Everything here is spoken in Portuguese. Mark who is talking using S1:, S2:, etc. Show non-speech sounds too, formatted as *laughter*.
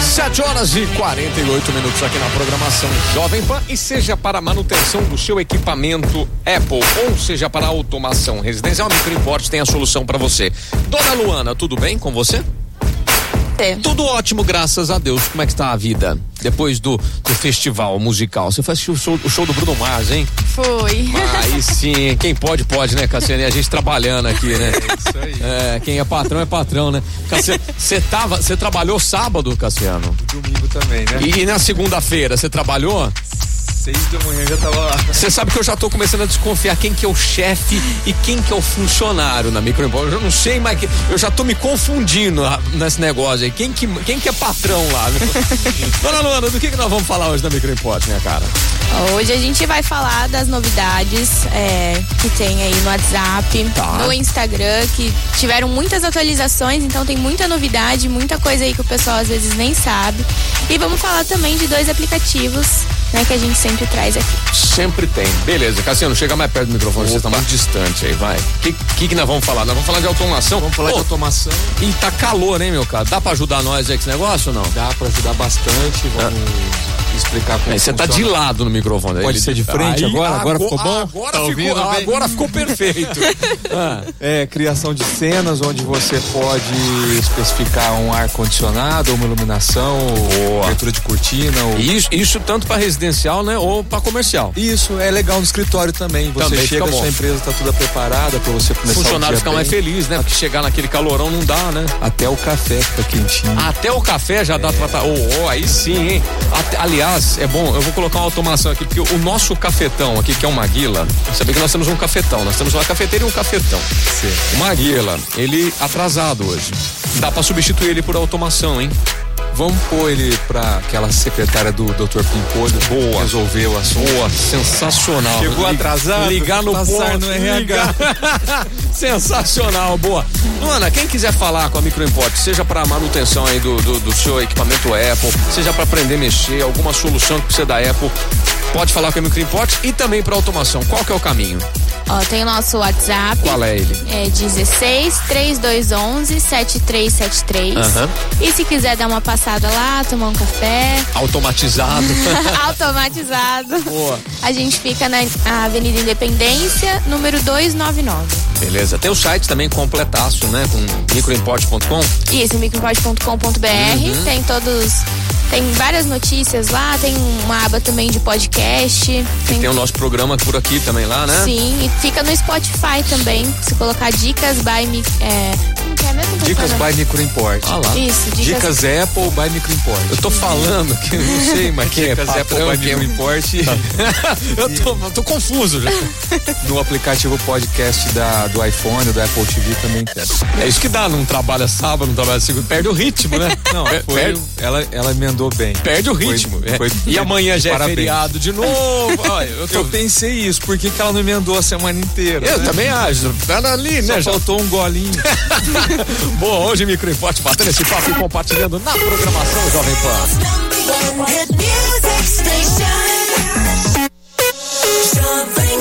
S1: 7 horas e 48 minutos aqui na programação Jovem Pan e seja para manutenção do seu equipamento Apple ou seja para automação residencial, Microimportes tem a solução para você. Dona Luana, tudo bem com você?
S2: É.
S1: Tudo ótimo, graças a Deus. Como é que está a vida depois do, do festival musical? Você faz o show, o show do Bruno Mars, hein?
S2: Foi.
S1: Aí sim, quem pode, pode, né, Cassiane? A gente trabalhando aqui, né? É isso aí. quem é patrão, é patrão, né? Cassiano, você tava, você trabalhou sábado, Cassiano?
S3: Domingo também, né?
S1: E, e na segunda-feira, você trabalhou?
S3: Seis da manhã já tava lá.
S1: Você sabe que eu já tô começando a desconfiar quem que é o chefe e quem que é o funcionário na microempresa. Eu já não sei, mas que- eu já tô me confundindo ah, nesse negócio aí. Quem que, quem que é patrão lá? *laughs* né? Dona Luana, do que, que nós vamos falar hoje da microimporte, minha cara?
S2: Hoje a gente vai falar das novidades é, que tem aí no WhatsApp,
S1: Tá.
S2: no Instagram, que tiveram muitas atualizações, então tem muita novidade, muita coisa aí que o pessoal às vezes nem sabe. E vamos falar também de dois aplicativos, né, que a gente sempre traz aqui.
S1: Sempre tem. Beleza, Cassiano, chega mais perto do microfone, você tá muito distante aí, vai. O que, que, que nós vamos falar? Nós vamos falar de automação.
S3: Vamos falar
S1: Pô,
S3: de automação.
S1: E tá calor, hein, meu cara? Dá pra ajudar nós aí com esse negócio ou não?
S3: Dá pra ajudar bastante. Vamos explicar como
S1: Ah. É, Você tá de
S3: funciona.
S1: lado no microfone. aí.
S3: Pode ser de frente
S1: Aí,
S3: agora? Agora ficou bom?
S1: Agora,
S3: Tá
S1: ficou,
S3: ouvindo bem?
S1: agora ficou
S3: *laughs*
S1: perfeito. Ah,
S3: É, criação de cenas onde você pode especificar um ar-condicionado, uma iluminação, ou abertura de cortina. Ou...
S1: isso, isso tanto pra residencial, né? Ou pra comercial.
S3: Isso, é legal no escritório também. Você
S1: Também fica
S3: chega,
S1: bom.
S3: sua empresa tá toda preparada pra você
S1: O
S3: começar
S1: funcionário
S3: o dia
S1: fica mais
S3: bem.
S1: feliz, né? Porque chegar naquele calorão não dá, né?
S3: Até o café fica quentinho.
S1: Até o café já dá tratar. Oh, oh, aí sim, hein? Até- aliás, é bom, eu vou colocar uma automação aqui, porque o nosso cafetão aqui, que é um Maguila, sabia que nós temos um cafetão, nós temos uma cafeteira e um cafetão. O Maguila, ele atrasado hoje. Dá pra substituir ele por automação, hein?
S3: Vamos pôr ele pra aquela secretária do Dr. Pimpolho. Boa. Resolver o assunto.
S1: Boa, sensacional.
S3: Chegou
S1: Lig-
S3: atrasado,
S1: Ligar no
S3: passar
S1: ponto,
S3: no RH.
S1: ligar. *laughs* sensacional, boa. Luana, quem quiser falar com a Microimport, seja para manutenção aí do, do, do seu equipamento Apple, seja para aprender a mexer, alguma solução que precisa da Apple, pode falar com a Microimport e também para automação. Qual que é o caminho?
S2: Ó, tem o nosso WhatsApp.
S1: Qual é ele?
S2: É 16 3211 7373.
S1: Aham.
S2: E se quiser dar uma passada lá, tomar um café,
S1: Automatizado.
S2: *laughs* automatizado.
S1: Boa.
S2: A gente fica na Avenida Independência, número 299.
S1: Beleza. Tem o site também completaço, né? Com microimport.com.
S2: Isso, micropod.com.br. Tem todos. Tem várias notícias lá, tem uma aba também de podcast. Tem,
S1: Tem o nosso programa por aqui também lá, né?
S2: Sim, e fica no Spotify também. Se colocar dicas by. mi- É, como que é mesmo?
S3: Dicas by Microimport.
S1: Ah lá.
S2: Isso, dicas.
S3: Dicas Apple by Microimport.
S1: Eu tô falando que eu não sei mais quem é
S3: Dicas Apple
S1: patrão,
S3: by
S1: quem é
S3: Microimport.
S1: *laughs* eu tô, eu tô confuso já.
S3: No aplicativo podcast da, do iPhone, da Apple TV também tem.
S1: É isso que dá, não trabalha sábado, não trabalha segunda, perde o ritmo, né?
S3: Não,
S1: Per-
S3: foi-
S1: perde,
S3: ela, ela emendou bem.
S1: perde o
S3: Foi-
S1: ritmo. é.
S3: foi-
S1: e amanhã já é
S3: parabéns.
S1: feriado de
S3: *laughs*
S1: novo. Olha, eu tô-
S3: Eu pensei isso, por que, que ela não emendou a semana inteira?
S1: Eu
S3: né?
S1: também acho, tá ali, né?
S3: Só
S1: Já.
S3: faltou um golinho.
S1: Boa, hoje Microinforte batendo esse papo e compartilhando na *laughs* programação Jovem Pan.
S4: Number one hit music station. Jovem